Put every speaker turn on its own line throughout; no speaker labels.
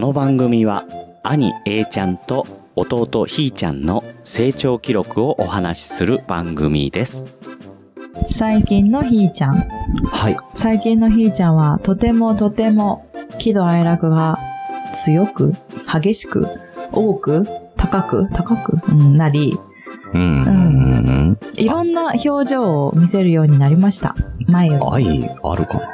の番組は兄 A ちゃんと弟ひーちゃんの成長記録をお話しする番組です
最近のひーちゃん。
はい
最近のひーちゃんは、とてもとても、喜怒哀楽が強く、激しく、多く、高く、高く、うん、なり、
うん
んいろんな表情を見せるようになりました。前より。
愛あるかな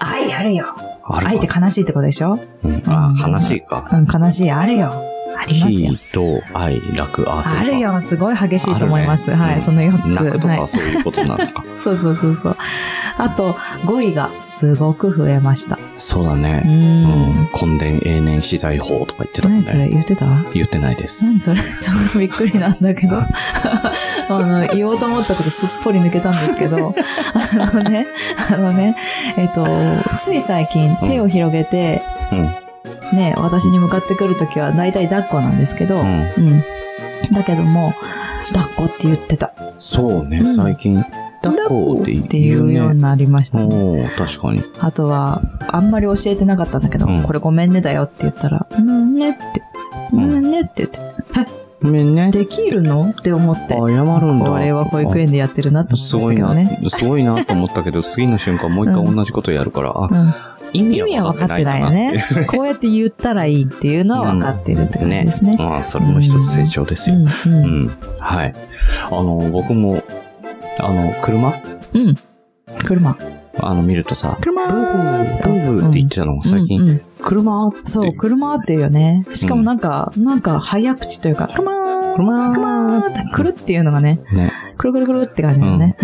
愛あるよ。
あ
愛って悲しいってことでしょ
うん
ああ、悲しいか。
うん、悲しい、あるよ。ありますよ。
喜怒哀楽あそうか
あるよ、すごい激しいと思います。
あるね
は
うん
い、その4つ。
泣くと
はい
か、そういうことなのか。
そうそうそうそう。あと、語彙がすごく増えました。
そうだ
うー。
ねうん根伝永年資材法とか言ってたもん
何それ
ね
言ってた
言ってないです
何そ れちょっとびっくりなんだけど。 あの、言おうと思ったことすっぽり抜けたんですけど、あのね、あのね、えっ、と、つい最近手を広げて、ね、私に向かってくるときは大体抱っこなんですけど、
う、
うんん。だけども、抱っこって言ってた。
そうね、
うん
最近抱っこって言う
抱っこって言うよう
ね
になりましたね。
おお確かに
あとは、あんまり教えてなかったんだけど、
うん
これごめんねだよって言ったら、うんねって、
う
うんんねって言ってた、
ごめんね
できるのって思って。
謝るんだ
これは保育園でやってるなと
す
思
ご
い
い
ま
な
したけどね。、
すごいなと思ったけど、次の瞬間もう一回同じことやるから、あ
うん、
意
意味は分かってないよ
な
ね。こうやって言ったらいいっていうのは分かってるって感じですね。
まあ、それも一つ成長です
う
よ。
ん、う
うん
ん、
はい。あの、僕も、あの、車
うん。車。
あの、見るとさ、
車
ブーブー、ブーブーって言ってたのが最近、
うんうん
車って
そう、車っていうよね。しかもなんか、なんか早口というか、車ー
車
車ーってくるっていうのがね、
ね。
くるくるくるって感じだよね。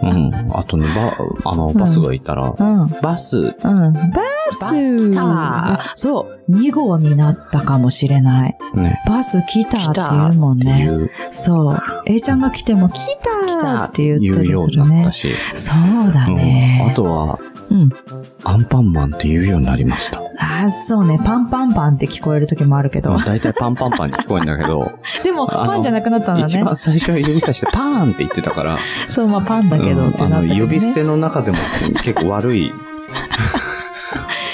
うん。あとね、バ、あの、バスがいたら、
うん。
バス、
うん。バス
バス来た
そう。2号になったかもしれない。
ね、
バス来た
来
って
た
言
っ
うもん
てい
ね。
う、
そう。A ちゃんが来ても、来
来
た
た
ーって言
言
った
う
り
よう
す
に
る
なった
ね。
し、
そうだ
うん。
ね。
あとは、
うん。
アンパンマンって言うようになりました。
あ、そうね。パンパンパンって聞こえる時もあるけど
まあ。大体パンパンパンに聞こえるんだけど、
でも、
あの
パンじゃなくなったんだ
一
ね。
番最初は指さしてパーンって言ってたから、
そう、まあパンだけどって
うん
な
あの、
ったけど
呼び捨
ね。
ての中でも結構悪い。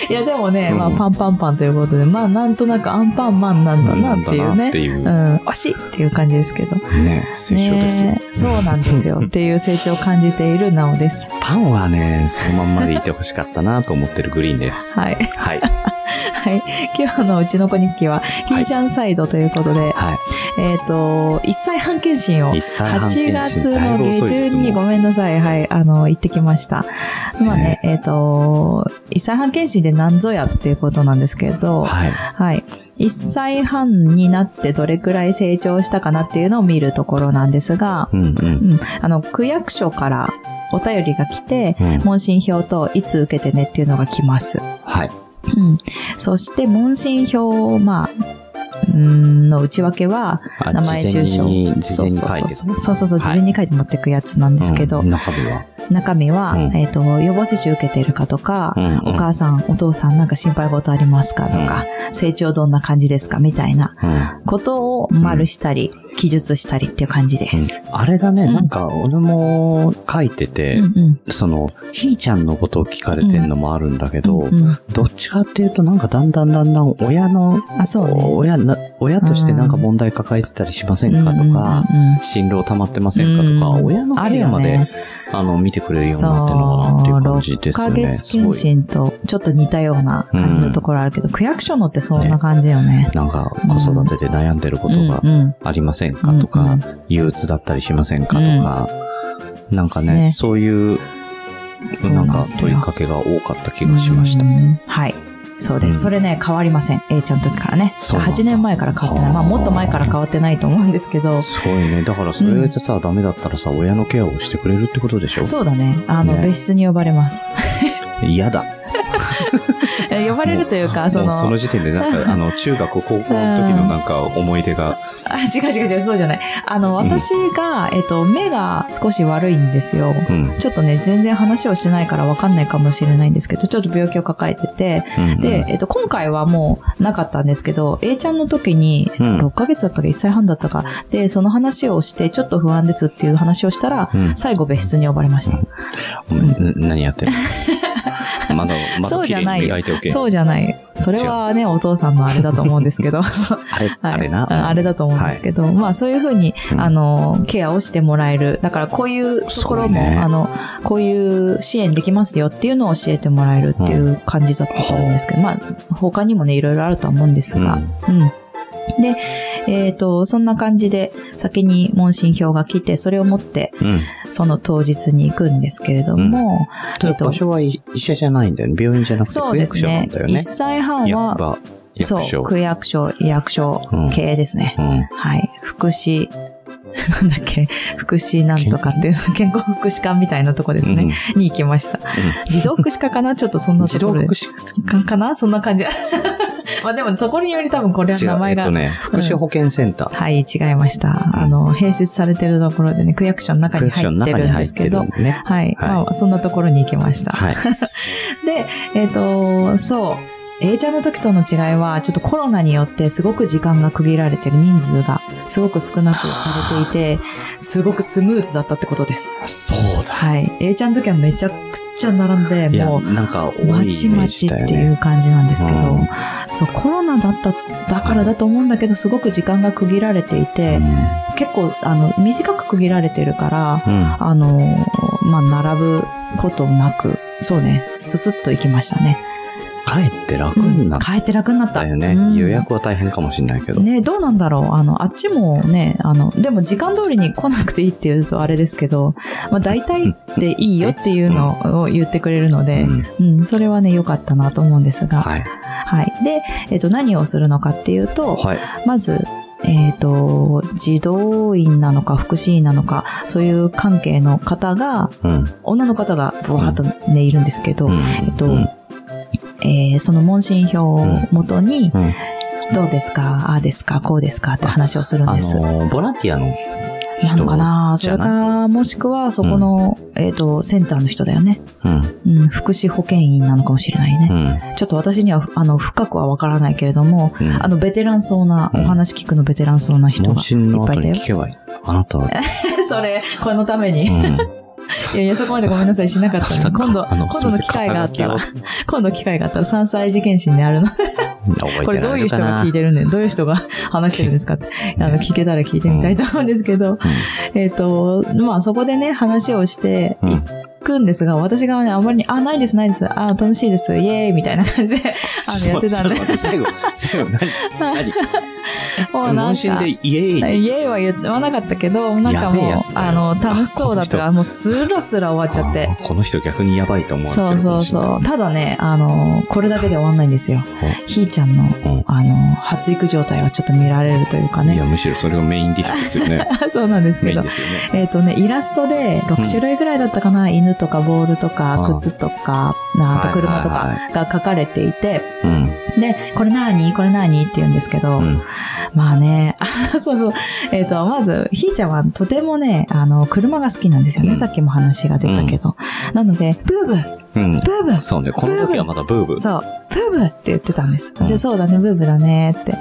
いや、でもね、
うん
まあパンパンパンということで、まあなんとなくアンパンマンなんだなっていう
なんだな
ね、
っ。ていううん
惜しいっていう感じですけど。
ね、成長ですよ
ね。えそうなんですよ。っていう成長を感じているなおです。
パンはね、そのまんまでいてほしかったなと思ってるグリーンです。
はい。
はい。
はい。今日のうちの子日記は、ひーちゃんサイドということで、
は
えっ、と、1歳半検診を
い。一切半
8
径
月
心だい
の
ぶ遅い
下
です
旬に
も
ご
ん。
めんなさい。はい。あの、行ってきました。今ね、えっ、と、1歳半検診で何ぞやっていうことなんですけど、
はい。
はい。1歳半になってどれくらい成長したかなっていうのを見るところなんですが、
うんうん。
うん、あの、区役所からお便りが来て、
うん、
問診票といつ受けてねっていうのが来ます。
はい。
うん。そして、問診票、まあ、うーんの内訳は、
あ
名前、
事前
住所。
に、事前に書いてる。
そうそうそうそうそうそう、
はい
事前に書いて持ってくやつなんですけど、
うん中身は。
中身は、
うん
えっ、と、予防接種受けてるかとか、
うんうん
お母さん、お父さんなんか心配事ありますかとか、成長どんな感じですかみたいな
うん
ことを丸したり、記述したりっていう感じで
うん
す。
あれだね、
うん
なんか、俺も書いてて、
うんうん。
その、ひーちゃんのことを聞かれてんのもあるんだけど、
うんうん
どっちかっていうとなんかだんだんだんだん親の、
あ、そうね。
親な、親としてなんか問題抱えてたりしませんかとか、
うんうんうんうん
進路溜まってませんかとか、
うん
親のケアまで、あ,、
あるよね
の、見てくれるようになってるのかなっていう感じです
ヶ
よね。
月
すご
検
い。
診とちょっと似たような感じのところあるけど、区役所のってそんな感じよね。
なんか、子育てで悩んでることが
うんうん
ありませんかとか、
うん
憂鬱だったりしませんかとか、なんかね、
ね
そういう、
そう
なん
で
か
すよ
問いかけが多かった気がしました
う。んはい。そうで
う
す、
ん
それね、変わりません。A ちゃんの時からね。
そうなんだ
8年前から変わってない。まあ、もっと前から変わってないと思うんですけど。
すごいね。だからそれでさ、ダメだったらさ、親のケアをしてくれるってことでしょ
そうだね。あの、
ね
別室に呼ば れます。
嫌だ。
え呼ばれるというか、そ
もう
の、
その時点でなん か、あの、中学、高校の時のなんか思い出が、
あ、違う違う違う、そうじゃない。あの、私が、えっと、目が少し悪いんですよ。
うん、うん
ちょっとね、全然話をしてないから分かんないかもしれないんですけど、ちょっと病気を抱えてて、
うん
で、、えっと、今回はもうなかったんですけど、A ちゃんの時に、
うん
6ヶ月だったか1歳半だったか、で、その話をして、ちょっと不安ですっていう話をしたら、
うん
最後別室に呼ばれました。
お前な何やってんのまだ、ま
そ
だ
うじ
綺
ゃ
麗
な
に
い
磨いておけ。
そうじゃない。それはね、お父さんのあれだと思うんですけ ど。
あれ、あれな。
うんあれだと思うんですけど、まあそういうふうに、
うん
あの、ケアをしてもらえる。だからこういうところも、
そうね
あの、こういう支援できますよっていうのを教えてもらえるっていう感じだったと思うんですけど、まあ他にもね、いろいろあるとは思うんです
うん
が、うん。で、えっ、と、そんな感じで、先に問診票が来て、それを持って、
うん。
その当日に行くんですけれども、えっと
場所は医医者じゃないんだよね。病院じゃなくて
そう
区
で
役
す
所なん
ね
だよ。ね
1。歳半
やっ
は、
ぱ、役
そう、
所。
区役所、役所系ですね。
うん。
はい。福祉、 なんだっけ、福祉なんとかっていう、健康福祉課みたいなとこですね。に行きました。児童福祉課かなちょっとそん
うん
な
自
とこ
動
ろ
福。
で
祉
かかなそんな感じ。まあでも、そこにより多分これは
違
名
う。え
前
っ
が。
とね、福祉保健センター。
はい、違いました。あの、併設されてるところでね、区役所の中
区
に
役所
入
の
って
中
る
に
んで
入っ
すけ
てる
ど
ん。でね。
はい。まあ、そんなところに行きました。
はい。
で、えっ、と、そう。A ちゃんの時との違いは、ちょっとコロナによってすごく時間が区切られてる人数がすごく少なくされていて、 すごくスムーズだったってことです。
そうだ。
はい。A ちゃんの時はめちゃくちゃ並んで、
いや、
もう、
なんか多
ま
いイメ
ち
ー
ま
ジ
ちっ
だよ
てい
ね。
う感じなんですけど、
うん
そう、コロナだった、だからだと思うんだけど、すごく時間が区切られていて、結構、あの、短く区切られてるから、
うん。うん
あの、まあ、並ぶことなく、そうね、ススッと行きましたね。
かえって楽になっ
変えて楽になったた
よね
う。ん
予約は大変かもしれないけど。
ねどうなんだろうあの、あっちもね、あの、でも時間通りに来なくていいっていうとあれですけど、まあ大体でいいよっていうのを言ってくれるの
う
で、
ん
うん、それはね、良かったなと思うんですが、
はい。
はい。で、えっと、何をするのかっていうと、
はい。
まず、えっと、児童院なのか、福祉院なのか、そういう関係の方が、
うん。
女の方がブワーっとね、いるんですけど、
うん
えっと
うん
えーその問診票をもとに、
うん
どうですか、ああですか、こうですかって話をするん
あ
です。
のー、ボランティアの
なの
人
かなそ
じ
れ
ゃない
か、もしくは、そこの、えっ、と、センターの人だよね。
うん。
うん、福祉保健員なのかもしれないね。
うん。
ちょっと私には、あの、深くはわからないけれども、
うん
あの、ベテランそうな、
うん
お話聞くのベテランそうな人
問
がい
診の
っぱい
後
いた
に
よ。
聞けばいい。あなたは。
それ、このため
う
に。
ん。
いやいや、そこまでごめんなさい、しなかったね。今度、
あの
今度の機会があったら、
すいま
今度機会があったら、3歳児検診であるの
せん肩書きを
これどういう人が聞い
て
てるんで、どういう人が話してるんですかって、あの、聞けたら聞いてみたいと思うんですけど、えっ、と、まあ、そこでね、話をして
うん
いくんですが、私がね、あんまりに、あ、ないです、ないです、あ、楽しいです、イエーイみたいな感 じで、あの、やってたんで、も
最後、最 後、何
う
何
なん
問診
か
で、イエ
イエ
ーイ。
ーイは言わなかったけど、なんか
やべえ
もう
やつ、だよ
あの、楽しそうだったか
あ
ら、もうスラスラ終わっちゃって
あ。ーこの人逆にやばいと思われて
そう
るか
そ
も
う
しれない。
そう。ただね、あの、これだけで終わんないんですよ。ひーちゃんの
うん、
あの、発育状態はちょっと見られるというか
い
ね。
や、むしろそれがメインディッシュですよね。
そうなんです
メ
け
イン
ど
で。すよね。
えっ、とね、イラストで6種類ぐらいだったかな、犬とかボールとか
ああ
靴とか、あと車と
はい
かが書かれていて、
うん。
で、これ何これ何って言うんですけど、
うん
まあね、 あそうそう、えっ、と、まず、ひーちゃんはとてもね、あの、車が好きなんですよね、
うん
さっきも話が出たけど。なので、ブーブー
うん。
ブーブー
そうね、この時はまだブーブー。
そう、ブーブーって言ってたんです。
う
で、
ん
そうだね、ブーブーだねって。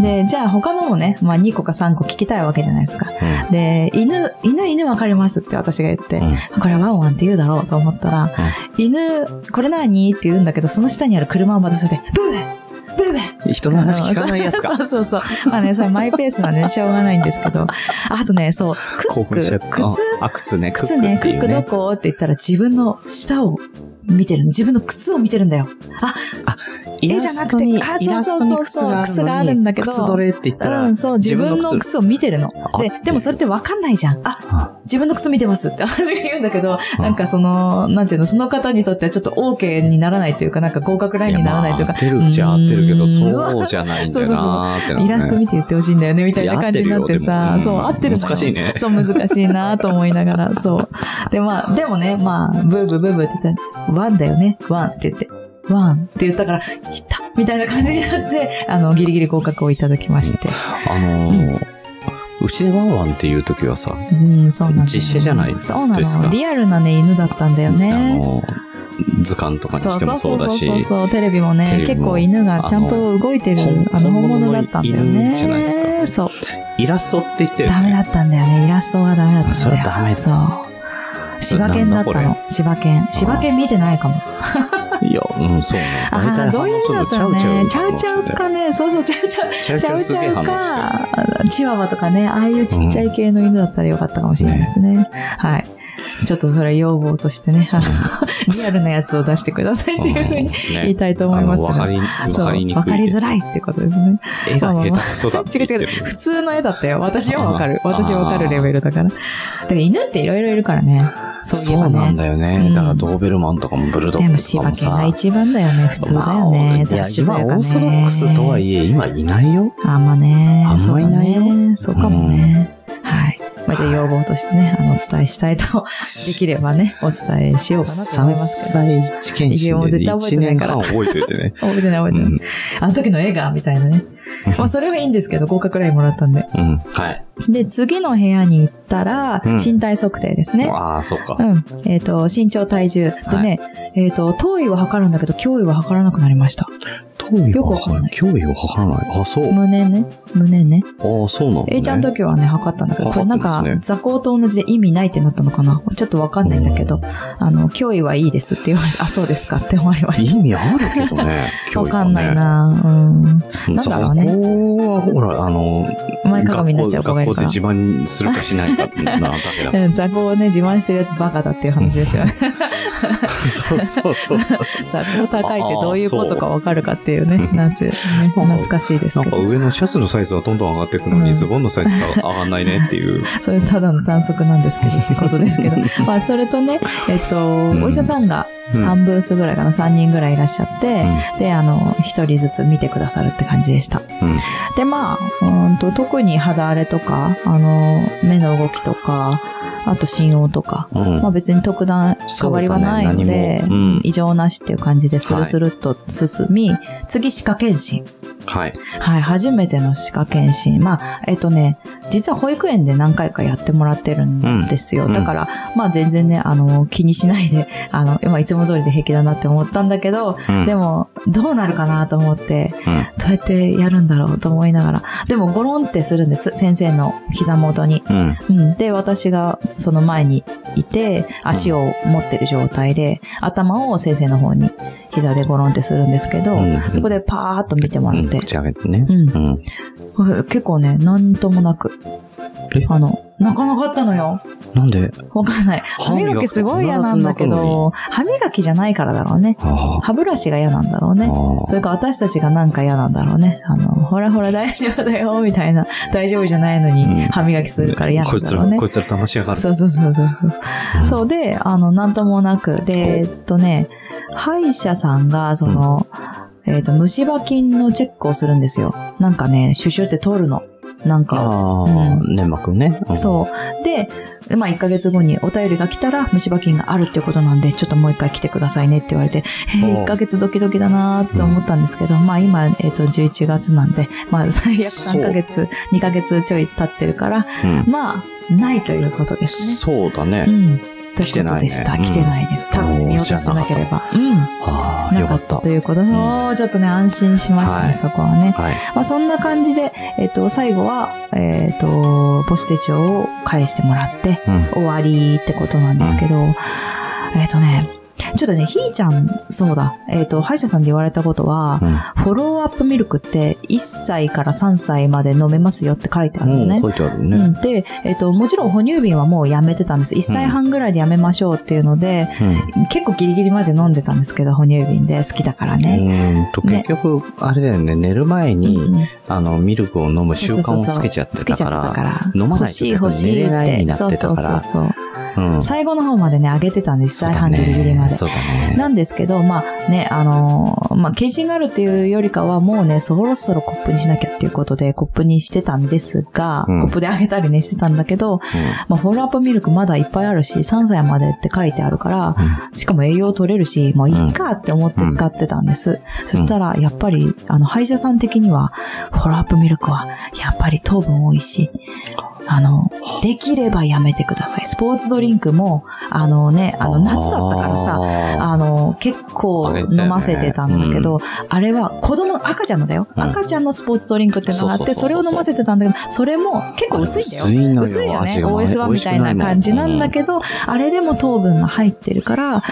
で、じゃあ他のもね、まあ2個か3個聞きたいわけじゃないですか。
うん
で、犬、犬、犬わかりますって私が言って、
うん
これワンワンって言うだろうと思ったら、犬、これ何って言うんだけど、その下にある車をまたさせて、ブーブーブーブー
人の話聞かないやつか。
そうそうそう。まあね、それマイペースなんでしょうがないんですけど。あとね、そう、ク
興
ック、
奮しちゃった。
靴、
あ、靴ね、
靴ね、
って
ク
い
ッ
う
クど
ね。
こって言ったら自分の下を見てるの。自分の靴を見てるんだよ。
イ
絵
ラ
じゃな
ス
く
ト
て
に、
あ
イラストに靴
そうそうそう
があるのに
靴があるんだけど
靴どれって言ったら、
うん、そう、自分の
自分の
靴を見てるの。で
あ、
でもそれってわかんないじゃん。あ、
あ
自分の靴見てますって私が言うんだけど、
あ
なんかその、なんていうの、その方にとってはちょっと OK にならないというか、なんか合格ラインにならないという
や
か、
まあ合ってるっちゃ合ってるけ
う
ど、
ーん
そうじゃないんだよなーってなる
イ
ね
ラスト見て言ってほしいんだよね、みたい
い
な
や合
感
っ
じ
て
に
るよ
なってさ、
で
そう、
もん
合ってるのよ
難しいね。
そう、難しいなと思いながら、そう。で、まあ、でもね、まあ、ブーブーブーブーって言って、ワンだよね、ワンって言って、ワンって言ったから、来たみたいな感じになって、あの、ギリギリ合格をいただきまして。
あのー、うちでワンワンっていう時はさ、
うん、そうなんだよ
実写じゃないですか
そうなの。リアルなね、犬だったんだ
あ
よね。
のー、図鑑とかにしてもそうだし、
そうそう、テレビもね
テレビ
結
も
構犬がちゃんと動いてる、あ
あ
の、
の本
本物
物
だ
の
ったんだよね。
犬じゃないですか
そう。
イラストって言ってる
ダメだったんだよね。イラストがダメだったんだよ。
それはダメだ
そう。柴犬だった
なん
の。柴犬。柴犬見てないかも。
いや、うん、そうね。
あ
大
あ
体
ー、どういう意味だ
反応
ったら
する
ね。
と
ちゃうちゃうかね。そうそう、ちゃうちゃう。
ちゃう
ち
ち
ゃ
ゃう
う
す
ち
げえ
ゃう
反応
か、チワワとかね、ああいうちっちゃい系の犬だったらよかったかもしれないですね。はい。ちょっとそれ要望としてね、あ のリアルなやつを出してくださいって
する
いうふうに
うん
言い
ね。
たいと思
あ
いま
のわ
す
か
が。
り、わ
そう、
かりにくい。
わかりづ
い。
らいっていうことですね。
絵が下手くそだって
違う
言って
違う
る。
普通の絵だったよ。私はわかる。
あー
私はわかるレベルだから。でも犬っていろいろいるからね。そういえ
そ
ば
うなん
ね。
だよ
う
ね。
ん
だからドーベルマンとかもブルド
で
ッ
も
グと
柴
かも
犬が
さ。
一番だよね。普通だよ
まあ
ね。
いや
雑種と
今
い
オ
うかね。
ーソドックスとはいえ、今いないよ。
あんまね。
あんまいないよ
そうだねそうかもね。はい。まあ、じゃあ要望としてね、あの、お伝えしたいと、できればね、お伝えしようかなと思い
3
ますけど。
歳試験
いやもう
診で
絶対覚えて
1
な
年
いから
間覚えておいてね。
覚えて ない覚え
う
てない。
ん。
あの時の絵が、みたいなね。まあ、それはいいんですけど、合格ラインもらったんで。
うん。はい。
で、次の部屋に行ったら、
うん
身体測定ですね。
ああ、そっ
う
か。
ん。えっ、と、身長、体重。でね、えっ、と、頭位は測るんだけど、胸位は測らなくなりました。
脅威
よく
は
わかんない
脅威は測らない。あ、そう。
胸ね。胸ね。
ああ、そうなんだ、ね。
A ちゃんの時はね、測ったんだけど、これなんか
測ったん、で
座高と同じで意味ないってなったのかなちょっとわかんないんだけど、あの、脅威はいいですって言われて、あ、そうですかって思いまし
意味あるけどね。
た。
脅
わ
威
か
は
ん
ね
な
う
い。な
ん
なんだろうね
座高はほら、あの、
うん。前かがみになっちゃう子
学校
がいる
学校
か
で
ら。
自慢するかしないかなだけ だか
うん座高をね、自慢してるやつバカだっていう話ですよね。
ら。そう そうそうそう。
座高高いってどういうことかわかるかっていうね、
あーそう
夏、 ね懐かしいです
なん
け
か
ど。
上のシャツのサイズはどんどん上がっていくのに、
うん
ズボンのサイズは上がんないねっていう。
それただの短足なんですけどってことです けど。まあ、それとね、えっと、
ん
お医者さんが
うん
3ブースぐらいかな、3人ぐらいいらっしゃって、
う
で、あの、一人ずつ見てくださるって感じでした。
うん
で、まあ、うーんと、特に肌荒れとか、あの、目の動きとか、あと心音とか、
ん。うん
まあ別に特段変わりはないので、
そうだね何もうん
異常なしっていう感じでス
は
ル
い
スルっと進み、次歯科検診。
はい。
はい、初めての歯科検診。まあ、えっとね、実は保育園で何回かやってもらってるんですよ。
うん
だから、まあ全然ね、あの、気にしないで、あの、まあいつも通りで平気だなって思ったんだけど、
うん
でも、どうなるかなと思って、
うん
どうやってやるんだろうと思いながら。でも、ゴロンってするんです。先生の膝元に。
うん。
うん。で、私がその前にいて、足を持ってる状態で、頭を先生の方に膝でゴロンってするんですけど、
うん
そこでパーッと見てもらって
うん、口上げてね。
うん
うん。
はい結構ね、なんともなく
え。
あの、泣かなかったのよ。
なんで
わかんない。歯
歯磨き
磨きすごい嫌なんだけ
必ず泣く
ど、
の
歯磨きじゃないからだろうね。
あ
歯ブラシが嫌なんだろう
あ。
ね。
あ
それか私たちがなんか嫌なんだろうね。あの、ほらほら大丈夫だよ、みたいな。大丈夫じゃないのに
うん
歯磨きするから嫌
あ。
な
こ
ん
い
だ
つ
ろう
ら、
ね。
こいつら騙しやがる。
そうそうそうそうそう。
うん
そうで、あの、なんともなく、で、えっとね、歯医者さんが、その、えっと、虫歯菌のチェックをするんですよ。なんかね、シュシュって取るの。なんか、
ああ、粘膜ね。うん
そう。で、まあ、1ヶ月後にお便りが来たら、虫歯菌があるっていうことなんで、ちょっともう一回来てくださいねって言われて、え
お
ー、
う
1ヶ月ドキドキだなーって思ったんですけど、まあ、今、えっと、11月なんで、まあ、 最悪3ヶ月、2ヶ月ちょい経ってるから、
うん。
まあ、ないということですね。
そうだね
う。ん。とい
来て
うこ
な
と
いね
でした。
うん
来てないです。多分見落としてなければ。うん。
ああ、
な
よ
か
かっ
っ
たた
と。いうことで、
うん
おーちょっとね、安心しましたね、
はい
そこはね。
はい。
まあ、そんな感じで、えっ、と、最後は、えっ、と、母子手帳を返してもらって、
うん
終わりってことなんですけど、えっ、とね、ちょっとね、ひーちゃん、そうだ、えっ、と、歯医者さんで言われたことは、フォローアップミルクって1歳から3歳まで飲めますよって書いてあるの
う
ね
ん。。書いてある
う
ね。
ん、で、えっと、もちろん哺乳瓶はもうやめてたんです。1歳半ぐらいでやめましょうっていうので、結構ギリギリまで飲んでたんですけど、哺乳瓶で好きだから
う
ね。
ん。うんと、
ね
結局、あれだよね、寝る前
うん
に、
うん
あの、ミルクを飲む習慣をつけちゃって
つけ
た
ちゃ
か、
ってたからら。
飲ま
欲
ないと
しい欲し
寝
い
れ
っ
ないに
て。
な
そ
っ
う
て
そ
た
う
か
そう
ら、
そう。
うん
最後の方までね、上げてたんです。1歳
そうだ
半ギ
ね
リギリまで。
そうだね。
なんですけど、まあね、あのーまあ、形があるっていうよりかは、もうね、そろそろコップにしなきゃっていうことで、コップにしてたんですが、
うん
コップであげたりね、してたんだけど、まあ、フォローアップミルクまだいっぱいあるし、3歳までって書いてあるから、しかも栄養取れるし、もういいかって思って使ってたんです。そしたら、やっぱり、あの、歯医者さん的には、フォローアップミルクは、やっぱり糖分多いし、あの、できればやめてください。スポーツドリンクも、あのね、あの、夏だったからさ、
さ、
あの、結構
あれですよね
飲ませてたんだけど、あれは子供、赤ちゃんのだよ。
うん
赤ちゃんのスポーツドリンクっていうのがあっ
そ
て、
うそうそ
そうれ
そう
を飲ませてたんだけど、それも結構薄いんだよ。
薄いのよ
薄いよね。
味がね
OS1 みたいな感じなんだけど、あれでも糖分が入ってるから、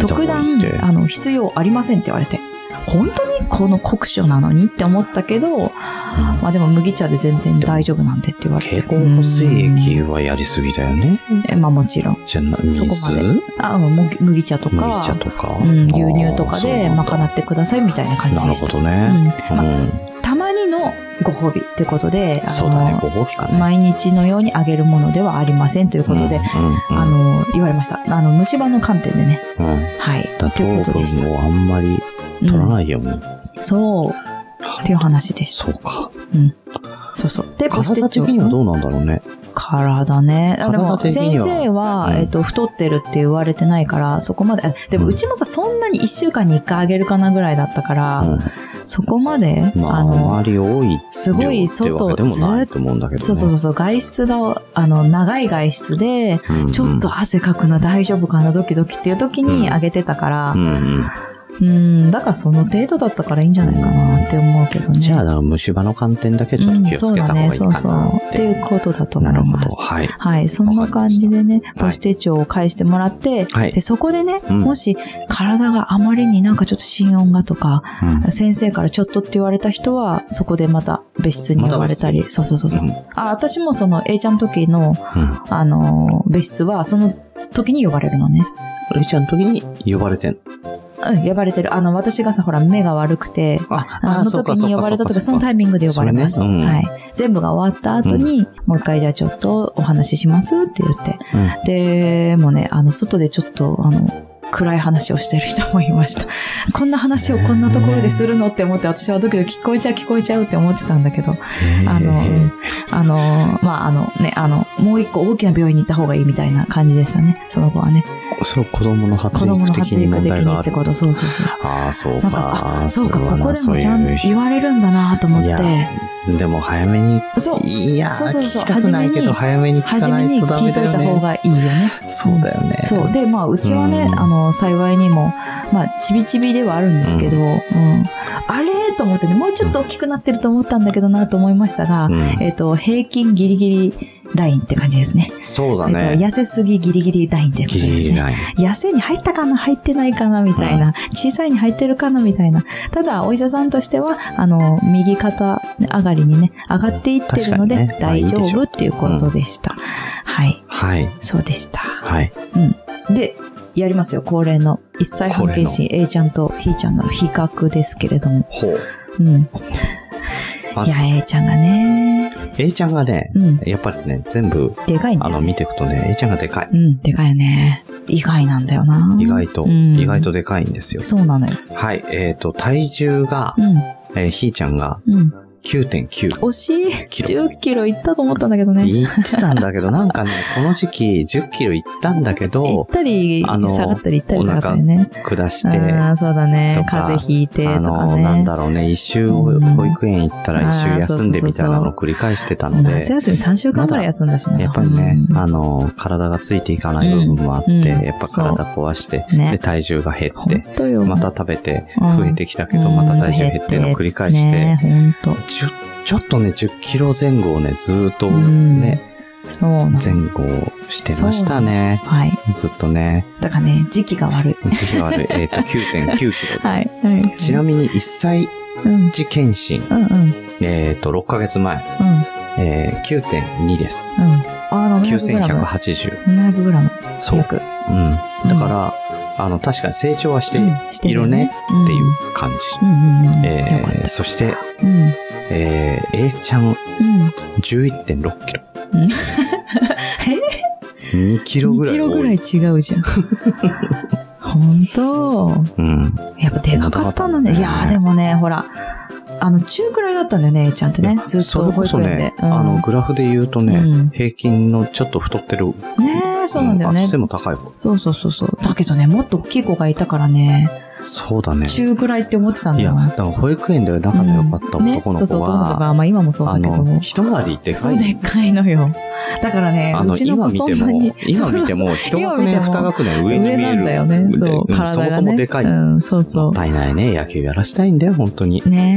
特段、あの、必要ありませんって言われて。本当にこの酷暑なのにって思ったけど、まあでも麦茶で全然大丈夫なんでって言われて。
蛍光補水液はやりすぎだよね。
うんえまあもちろん。
じゃな、
そ
水
こまであ、うんもぎ麦茶と
麦
か
茶、とか、
うん、牛乳とかで
あー
賄ってくださいみたいな感
そうな
じ
んだなる
で
ほ
し
どね。
た。うんまあ
うん
たまにのご褒美ってことで、あ
そうだね、ご褒美かね。
毎日のようにあげるものではありませんということで、
うん、うん
あ、の、言われました。あの、虫歯の観点でね。
うんうん
はい。
だ
と
糖
いうことでした。
分をあんまり取ら
い、
ないように。
そう。っていう話でした。
そうか。
そうそう。で、ポステ
体
ッチ
的
を
にはどうなんだろうね。
体ね。あでも、
体的
先
には
生は、
うん
えっと、太ってるって言われてないから、そこまで、あでも、
うん
うちもさ、そんなに一週間に一回あげるかなぐらいだったから、
う
そこまで、
ん、まあ、
あ
あ
の、
まり多い
すご
量
い
ってわ
外、
けでも
ず
ない
っ
と思うんだけど、ね。
そうそうそうそう、外出が、あの、長い外出で、
うんうん
ちょっと、汗かくな、大丈夫かな、ドキドキっていう時に
うん
あげてたから
う、んうん
うん、だからその程度だったからいいんじゃないかなって思うけどね。
じゃあ、だから虫歯の観点だけちょっと気をつけた方がいいか
うん、そうだね、
な
そうそう。
っ
ってい
て。
うことだと思
ないるほ
ま
ど。
す。
はい。
はい、そんな感じでね、
た
ポステチョを返してもらって、
はい
で、そこでね、
うん
もし体があまりになんかちょっと心音がとか、
うん
先生からちょっとって言われた人は、そこでまた別室に呼ばれたり、
ま
そうそうそうそう、
うん
あ、私もその A ちゃん時の、
うん
あのー別室は、その時に呼ばれるのね。
おじいちゃんの時に呼ばれてん。
うん、呼ばれてる。あの、私がさ、ほら、目が悪くて、
あ
あの時に呼ばれたとか、そのタイミングで呼ばれます。
それねうん
はい。全部が終わった後に、もう一回じゃあちょっとお話ししますって言って。でもね、あの、外でちょっと、あの、暗い話をしてる人もいました。 こんな話をこんなところでするのって思って、私はドキドキ聞こえちゃう聞こえちゃうって思ってたんだけど、あの、うんあの、まあ、あのね、あの、もう一個大きな病院に行った方がいいみたいな感じでしたね、その子はね。
そう、子供の発
子供
育
の
的
発
に
育
問
的
題
に
が
っ
あ
て
る。
こと、そうそうそう。
ああ、そう
なんか、
か。
あ、そうか、
れ
こ
はな
こでもちゃんと言われるんだなと思っ
いや
て、
でも早めに、
そう、
いやー、
そうそうそう
聞きたくないけど早めに聞か
初
な
め
い
に
とダ
聞
メ
いと
だ
い
よ
た方
ね。
がいいよね。
そうだよね。
そう。で、まあ、うちはね、
うん
あの、幸いにも、まあ、ちびちびではあるんですけど、うん。あれと思ってね、もうちょっと大きくなってると思ったんだけどなと思いましたが
う、ん
えっと、平均ギリギリラインって感じですね。
そうだ
えっと、
ね。
痩せすぎギリギリラインってこと
ギ
です
リ
ね。
ギリない。
痩せに入ったかな入ってないかなみたいな、小さいに入ってるかなみたいな。ただ、お医者さんとしては、あの、右肩上がりにね、上がっていってるので、
確かにね
大丈
まあいいでし
夫
ょう
っていうことでした。はい、
はい。
そうでした。
はい。
で、やりますよ、恒例の。一歳半検診、A ちゃんとひーちゃんの比較ですけれども。
ほう。
うん。
ま
い
ず
や、、A ちゃんがね、
A ちゃんがね、
うん、
やっぱりね、全部、
でかいん
あ
だ
の、
よ
見ていくとね、A ちゃんがでかい。
うん、でかいよね。意外なんだよな。
意外と、
うん
意外とでかいんですよ。
そうなのよ。
はい。えっ、と、体重が、
う
えーひーちゃんが
ん、うん。
9.9。
惜しい。
キロ
10キロいったと思ったんだけどね。
言ってたんだけど、なん かね、この時期10キロいったんだけ
行っ
ど、
たり、
あの
下がったり行ったり下がったりね。
下し
あ
て、
あー、そうだね
と。か
風邪ひいてと
あ
か
の、
ね。
なんだろうね、一周
う
を
ん
保育園行ったら一周休んでみたいなのを繰り返してたので
夏、休み3週間ぐらい休んだしな。
やっぱりね、
うん
あの、体がついていかない部分もあって、
うんうん
やっぱ体壊して、
ね
で、体重が減
ほ
っ
ん
て、
とよ。
また食べて、
うん
増えてきたけど、また体重減ってのを繰り返して、
ねほんと。
ちょ、ちょっとね、10キロ前後をね、ずーっとね、
そうなの
前後してましたね。
はい。
ずっと ね、
だからね、時期が悪い。
時期はある、えっと、9.9キロです。
はい。はい。
ちなみに、1歳
うん。
児検診、
うんうん。うん。うん。
えっと、6ヶ月前、えー、9.2です。
あの、700g。
9180。
700g。
そう。うん。だ
約
から、あの、確かに成長はして
うん
っ
して
色ね
うん
ていう感じ。
うんうんうん。よ
え
かっ
ー、そして、
た。うん。
えー、A ちゃん
うん。
11.6キロ。
うん
2キロぐらい多い。
2キロぐらい違う じゃん。本当
うん。
やっぱでかかったのね。い
でかかったね
やーでもね、ほら、あの、中くらいだったんだよね、A ちゃんってね。ずっ
そ
と
れ
保
こそ
育園で。
ね、
うん
あの、グラフで言うとね、
うん
平均のちょっと太ってる。
ねえ、そうなんだよ
あ
ね
と。背も高い方。
そうそうそうそう。だけどね、もっと大きい子がいたからね、
そうだね。
中ぐらいって思ってたん
い
だ
や、
よ
だ
な。
から保育園では仲の良かった
ね
男の
そうそう、
子
男の子
は、
が、まあ今もそうだ
あ
けど
の、
も。
一回りでか
そう
い。
でっかいのよ。だからね
あ、
う
の、
ちの
今
子
見
そ
て
んなに
も、、今見て
そう
も、一学
今見て
年
も
二学年
そう
上に見える。
上なんだよね。
で
そう、
ん
体
そも
がね。
そもでかい。
う
も
ん、そうそ
っ
う。
たいないね。野球やらしたいんだよ、本当に。
ね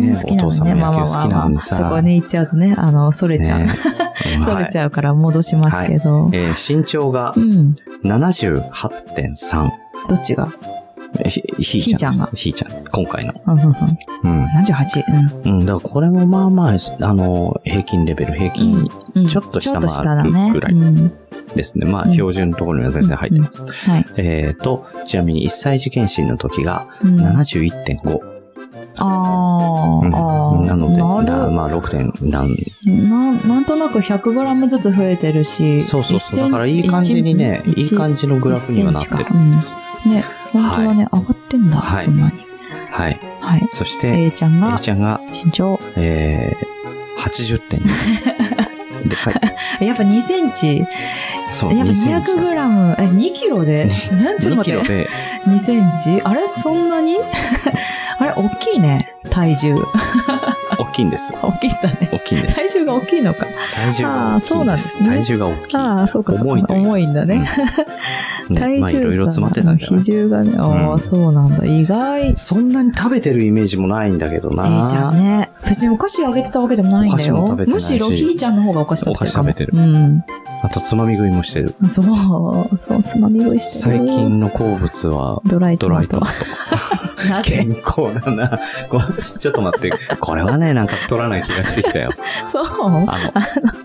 ね
え、好きなの
お父さん
ね。
も
まあまあ
野球好き
ま
なの
あまあ、
にさ
そこね、行っちゃうとね、あの、それちゃう。
え
それち
はい
ゃうから戻しますけど。
えー身長が
うん。
78.3。
どっちが
えひ、ひーちゃんです。ひ
ひ
ーちゃん。今回の。
うんうんうん。
うん。
78。う
うん。
ん。
だからこれもまあまあ、あの、平均レベル、平均
うん
ちょっと下回る
ちょっと下だね。
ぐらい
うん
ですね。ま
う
あ、
ん
標準のところには全然入ってます。
はい。
えーと、ちなみに1歳児検診の時が
うん
71.5。
あ
うん
ーあー。
なので、
な
だ
る
まあ6点なん
なんなんとなく 100g ずつ増えてるし、
そうそうそう。
1
だからいい感じにね、
1
いい感じのグラフにはなってるんです。
ね、本当はね、上がってんだ、
はい
そんなに。
はい。
はい。
そして、
A ちゃん
A
が
ちゃんが、
身長、
えー、80点。 でかい。
やっぱ2センチ、やっ
そ
ぱ
う、2センチだ。
200g、え、2キロで、えちょっ
2
と
キ
待っ
ロ
て、
で、
2センチあれそんなに あれ大きいね、体重。
大きいんです。
大きいんだね。
大きいんです。
体重が 大きいのか。
体重が
あー
大き
そう
いん
なん
で。
ですすね
体重が大きい。
ああ、そうか、そうか。
重いと言います
重いんだね。
うんね
体
まあ、いろいろ
重差
詰まってた
の
んじゃ
比
ない
重がね、ああ、
うん
そうなんだ。意外。
そんなに食べてるイメージもないんだけどな。
えいちゃんね。別にお菓子あげてたわけでもないんだよ。
お菓子も食べてな
む
いし
しろひーちゃんの方がお菓子食べてるかも。
お菓子食べて
う
あと、つまみ食いもしてる。
ん。そう、そう、つまみ食いしてる。
最近の好物は、
ドライト
ド
マ
ラ
ト
イトマト。
な ぜ
健康だな。こちょっと待って。これはね、なんか太らない気がしてきたよ。
そう。
あの、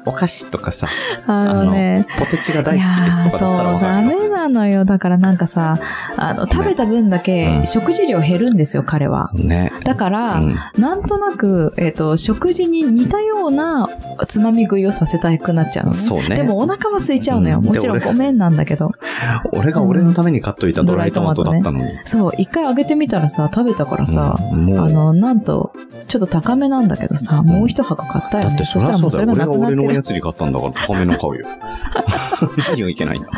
お菓子とかさ、
あのね。
ポテチが
い
大
や
好きですと
ー
か
そ
だったらわ
う、
か
ダ
るよ。
メなのよ。だからなんかさ、あの、食べた分だ
う
け
ん
食事量減るんですよ、彼は。
ね。
だか
う
ら、
ん。
なんとなく、えっ、と、食事に似たようなつまみ食いをさせたくなっちゃうのね。
そうね
でもお腹は空いちゃうのよ。
うん
もちろん
で俺
ごめんなんだけど。
俺が俺のために買っといたドライトマトだったのに。
そう、一回あげてみたらさ、食べたからさ、
うんも
あ
う、
の、なんと、ちょっと高めなんだけどさ、もう一箱買ったよ、
だ
ね。
ってそり
した
ゃ
ら
そう
もう
だ
そ
よ。
れが
俺
な
が俺
くなって
のお
る。
やつに買ったんだから高めの買うよ。 何がいけないんだ。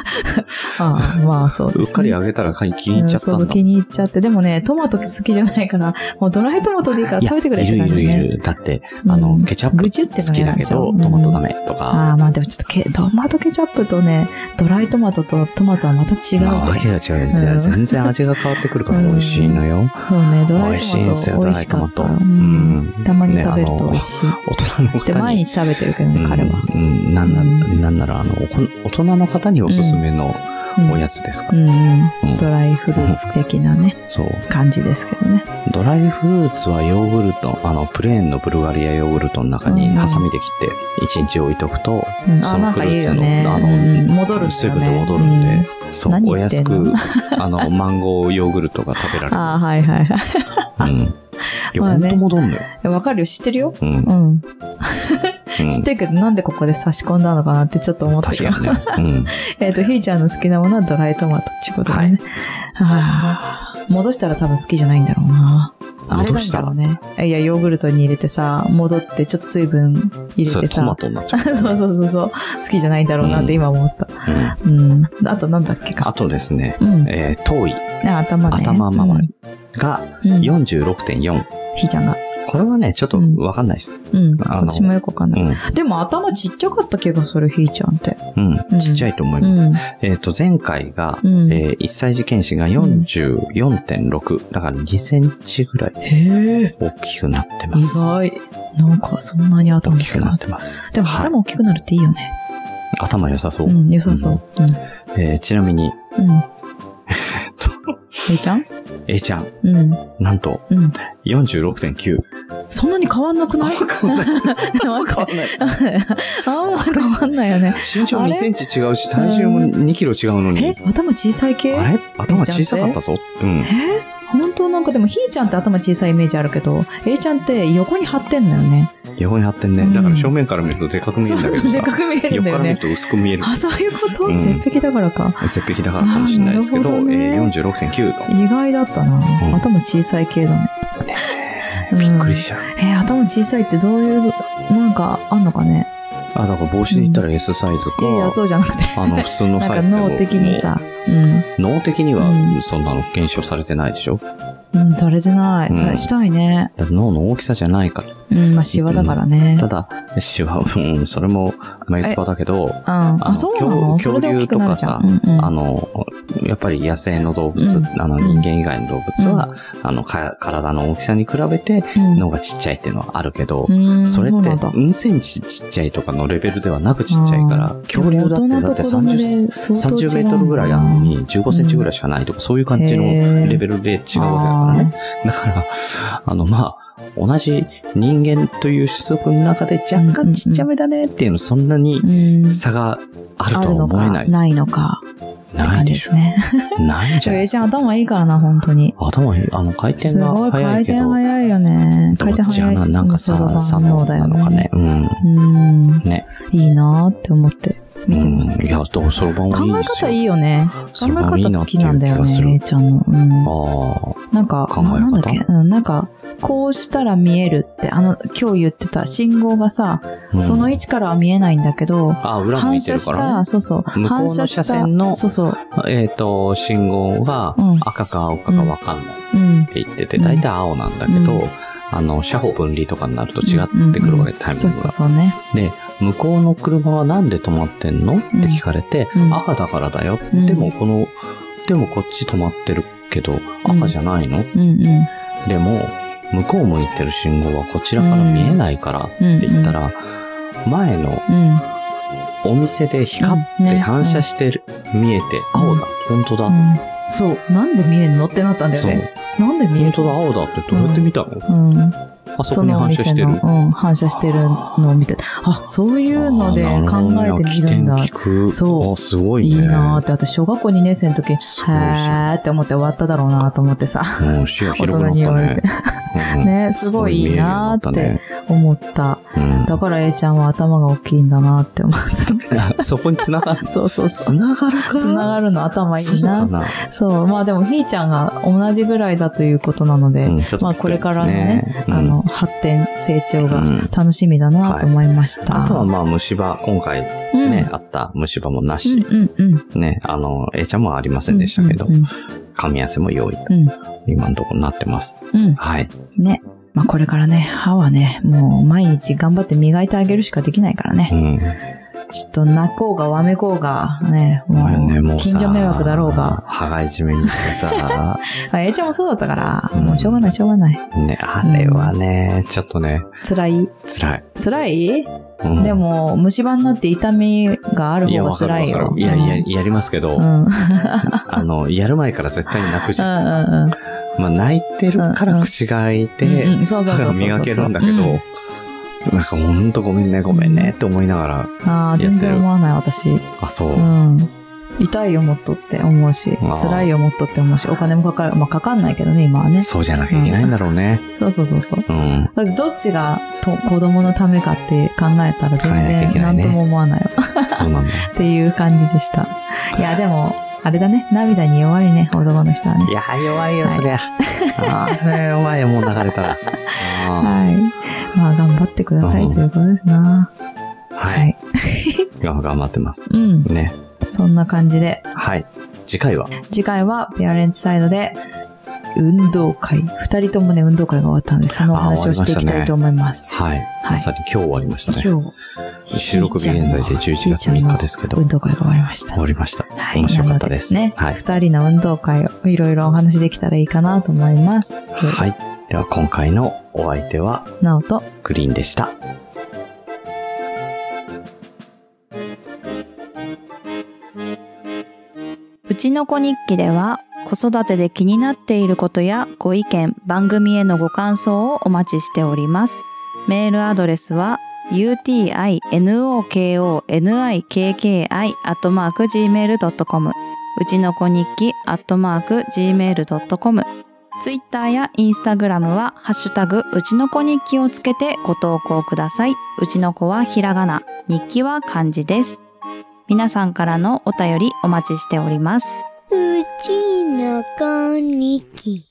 ああ、まあそうです、
う
ね。
っかりあげたら気に入っちゃった
うんそ
ん
う、
だ。
気に入っちゃって。でもね、トマト好きじゃないから、もうドライトマトでいいから
いや
食べてくれっ
い
て
るい
感じ
るい
ね。
る。だって、
うん
あの、ケチャップ
ぐちゅっての
好きだけど、
嫌なんでしょ
トマトダメとか。
ああ、まあでもちょっとけ、トマトケチャップとね、ドライトマトとトマトはまた違うぜ。
まあ、わけが違うよ。じゃ
う
あ
ん
全然味が変わってくるから美味しいのよ。
そうね、ドラ
美
イ
味しいんです
ト
よ、
マ
ド
ト
ライ
美味し
ト
か
マ
っ
ト。
た。
う
うん
ん
たまに
ね
食べると
あの
美味しい。
大人の
で、
方
毎
に。
日食べてるけどね、彼は。
うん。うんなんな
うん
なんなら、あの、おこ大人の方におすすめの
うん
おやつですか
う
ら。
ん
う
うんん、ドライフルーツ的なね、
そう。
感じですけどね。
ドライフルーツはヨーグルト、あの、プレーンのブルガリアヨーグルトの中に
うん
ハサミで切って、1日置いとくと、
うん、
そ
あ、
の
なん
フ
か
ル
言
ー
う
ツ
よ
の、
ね。
あ
うん
の、
戻るんだ
水
よ
分で
ね。
戻るん
う
で、そう、
何
お
言っ
安
てんの
く、あ の、マンゴーヨーグルトが食べられ
あ
ま
あ、
す。
はいはいはい
うん。いや、
ま
ほ
あ
んと
ね
戻んのよ。
いや。わかるよ、知ってるよ。
うん。う
うん。知っ
ん
てるけど、なんでここで差し込んだのかなってちょっと思った
確
けど。
かにね。うん。
えっと、ひーちゃんの好きなものはドライトマトっていうことでね。ああ、戻したら多分好きじゃないんだろうな。あれ
戻
なん
した
だろ
ら
う、ね。いや、ヨーグルトに入れてさ、戻ってちょっと水分入
そ
れ
れ
て
トマ
さ。
トになっちゃう。
そうそうそうそう。好きじゃないんだろうなって今思った。
うん
うん。あとなんだっけ
あ
か。
とですね、
うん。
えー、頭位
あ頭ね。
頭周りが
うん。うん。
46.4。
ひーちゃんが。
これはね、ちょっとわかんないです。
うん。
あの
私もよくわかん
う
ない。
ん。
でも頭ちっちゃかった気がする、ひーちゃんって。
うん。ちっちゃいと思いうます。
ん。
えっ、と、前回が、
うん
えー、1歳児検診が44.6。だから2センチぐらい
へえ。
大きくなってま
意
す。
外。なんかそんなに頭
大
大
き
き
く
く
な
な
っ
ってて。
ます。
でも
はい
頭大きくなるっていいよね。
頭良さそう。
うん、良さそう。うん。
えーちなみに、
うん。ひーちゃん
A ちゃん、
うん。
なんと、
うん。
46.9。
そんなに変わんなくない
変わんない。
なんか
変わんない。
あんま変わんないよね。
身長
あれ
2センチ違うし、体重も2キロ違うの
え
に。
頭小さい系
あれ頭小さかったぞ。うん。
え本当なんかでもひーちゃんって頭小さいイメージあるけど、えいちゃんって横に張ってんのよね。
横に張ってんね。だから正面から見るとでかく見えるんだけど
そうで
さ
か。く見えるん
横から
だよ
見
ね
る。と薄く見える。
あ、そういうこと、
うん
絶壁だからか。
絶壁だからかもしれないですけど、
あーなるほどね
えー、46.9度。
意外だったな。
ん
頭小さい系だね。うん
びっくりしちゃう。
えー頭小さいってどういう、なんかあんのかね。
あ、だから帽子で言ったら S サイズか、
いやいや、そうじゃなくて。
あの、普通の
なん
サイ
か
ズでも。
脳的にさ、うん。
脳的には
うん
そんなの検証されてないでしょ、
うん、されてない。
うん
されしたいね。
だって脳の大きさじゃないから。
うん、まあ、シワだからね。
ただ、シワ、うん、それも、眉唾だけど、
うん。
あの
あ、そうなのそ
恐
れで
恐竜
大きく
と
なる
か
じゃ
さ、
ん。うんうん
あの、やっぱり野生の動物、
うん
あの人間以外の動物は、あのか、体の大きさに比べて
うん
脳がちっちゃいっていうのはあるけど、
うん
それ
う
って、
なんだ
うんセンチちっちゃいとかのレベルではなくちっちゃいから、恐竜だってだって30、30メートルぐらいあるのに15センチぐらいしかないとか、そういう感じのレベルで違うわけだからね。だから、あの、まあ、同じ人間という種族の中で若干ちっちゃめだねっていうの、そんなに
うん
差がある
あ
と
る
は
の
思え
か
ない。
ないのかって
ない
感じ
で
で
し
す
ょ。
ね。
ないんじゃない
えちゃん頭いいからな、本当に。
頭いい。あの、回転
すご
が
い、
早
回
いけ
転
ど。
早いよね。回転早
ど
い
っち
し、
やなんか
その
さ、
そ
さ
の
な
反応
の
だ
な
よ
のかね
ね。。
うん。
うん。
ね。
いいなーって思って見てます
うん
け
いや、
ど。
どうそろばん
考
はいい
え
ですよ。
方いいよね。考
そ
え
ろばんいい
方
な
好
って
き
い
なん
う
だ
気
よ
がす
ね、え
る
い。ちゃんの。うん。
あ
なんか、
考え方
ななんだっけうんなんか、こうしたら見えるって、あの、今日言ってた信号がさ、
あ。
その位
置。
置からは見えないんだけど、
あ、裏向
反
いて
射
る
し
から
た、
ね。
そうそ
向
う、
こう
反
の
射した、
車線の
そうそう、
えっ、と、信号が
うん
赤か青かがわかんないっ
うん。
て言ってて、
うん
大体青なんだけど、
う
あの、車法分離とかになると違ってくるわけ、
うん
タイミン
そう
グ
そう
が。
そうね。
で、向こうの車はなんで止まってんのって
うん
聞かれて、
うん
赤だからだよ。
うん
でもこの、でもこっち止まってるけど、赤じゃないの、
うんうん。
でも、向こう向いてる信号はこちらから見えないからって
うん。
言ったら、前の
うん、
お店で光っ
うん
て
ね
反射してる、見えて、青だ、本当だ、
うんそう、なんで見えんのってなったんだよ
そう、
ね。なんで見
本
える
当だ、青だってどうやって見たの、
うん、
あそこに反射してる。
そのお店の、うん、反射してるのを見て、あ、そういうので
あー
考えてみるん
な
だ
るほどね。起点聞く。
そう
あ、すごいね。
いいなーって、私、小学校2年生の時、へ
すごいじゃ
ーって思って終わっただろうなと思ってさ、
うん、視 野
大
広
人
くなっ
に言わ
た
れ
ね
て。。
うん
ね、すごいいいなーって。思った。
すごい見えるようになったね
だから A ちゃんは頭が大きいんだなって思っ
うん
た。
あそこに繋がる。
そうそうそう。
繋がるか
つながるの頭い
そう
い
か
な。
な。
そう。まあでも、ひーちゃんが同じぐらいだということなので、
うんちょっと
まあこれからのね、
うん
あの、発展、成長
う
が
ん
楽しみだなと思いました。
あとはまあ虫歯、今回ね、
うん、
あった虫歯もな
うん
し、
うんうん。
ね、あの、A ちゃんもありませんでしたけど
う、ん
噛み合わせも用意。
うん
今のところなってます。
うん。うん
はい。
ね。まあこれからね、歯はね、もう毎日頑張って磨いてあげるしかできないからね
う。ん。
ちょっと泣こうがわめこうが、ね、も
まあねも
う、
うさ
近所迷惑だろうが。。
歯がいじめにしてさ、
あ、えいちゃんもそうだったから、
うん
もうしょうがないしょうがない。
ね、あれはね、ちょっとね、
辛い
辛い。
辛い、
うん
で、も、虫歯になって痛みがある
いや、
方が
わかる
辛
わ
い
か
よ。
る。いや、いや、やりますけど
う、ん。うん。うん
あの、やる前から絶対に泣くじ
う
ゃん。
ん
まあ、泣いてるから口が開い
うんう
て、
ん。そうそうそ
歯が
うそうそう。
磨けるんだけ
う
ど、なんかほんとごめんね、ごめんねって思いながら、
んああ、全然思わない私。う
あ、そう。
ん。痛いよ、もっとって思うし
あー、
辛いよ、もっとって思うし、お金もかかる。まあ、かかんないけどね、今はね。
そうじゃなきゃいけないんだろうね。
そうそうそうそう。
うん。
だってどっちがと子供のためかって考えたら
考えなきゃい
全
け
然
ない
何
ね
とも思わないよ
そうなんだ。
っていう感じでした。いや、でも、あれだね。涙に弱いね、男の人はね
い。や、弱いよ、
はい
そりゃ。ああ、それ弱いよ、もう流れたら。あ
はい。まあ、頑張ってくださ
う
い
ん
ということですな。
ーは。
はいい。
が頑張ってます。
うん。
ね。
そんな感じで、
はい。次回は、
次回はペアレンツサイドで、運動会。二人ともね、運動会が終わったんで、そのお話をしていきたいと思います。
はい。まさに今日終わりましたね。
今日、
収録日現在で11月3日ですけど、
運
終
動会が終わりました。
わりました。
はい
面白かったです。
なのね、
はい。
二人の運動会をいろいろお話できたらいいかなと思います。
はい。では、今回のお相手は、
なおと、
グリーンでした。
うちの子日記では子育てで気になっていることやご意見、番組へのご感想をお待ちしております。メールアドレスは utinokonikki.gmail.com うちの子日記 .gmail.com ツイッターやインスタグラムはハッシュタグうちの子日記をつけてご投稿ください。うちの子はひらがな、日記は漢字です。皆さんからのお便りお待ちしております。
うちのこにき。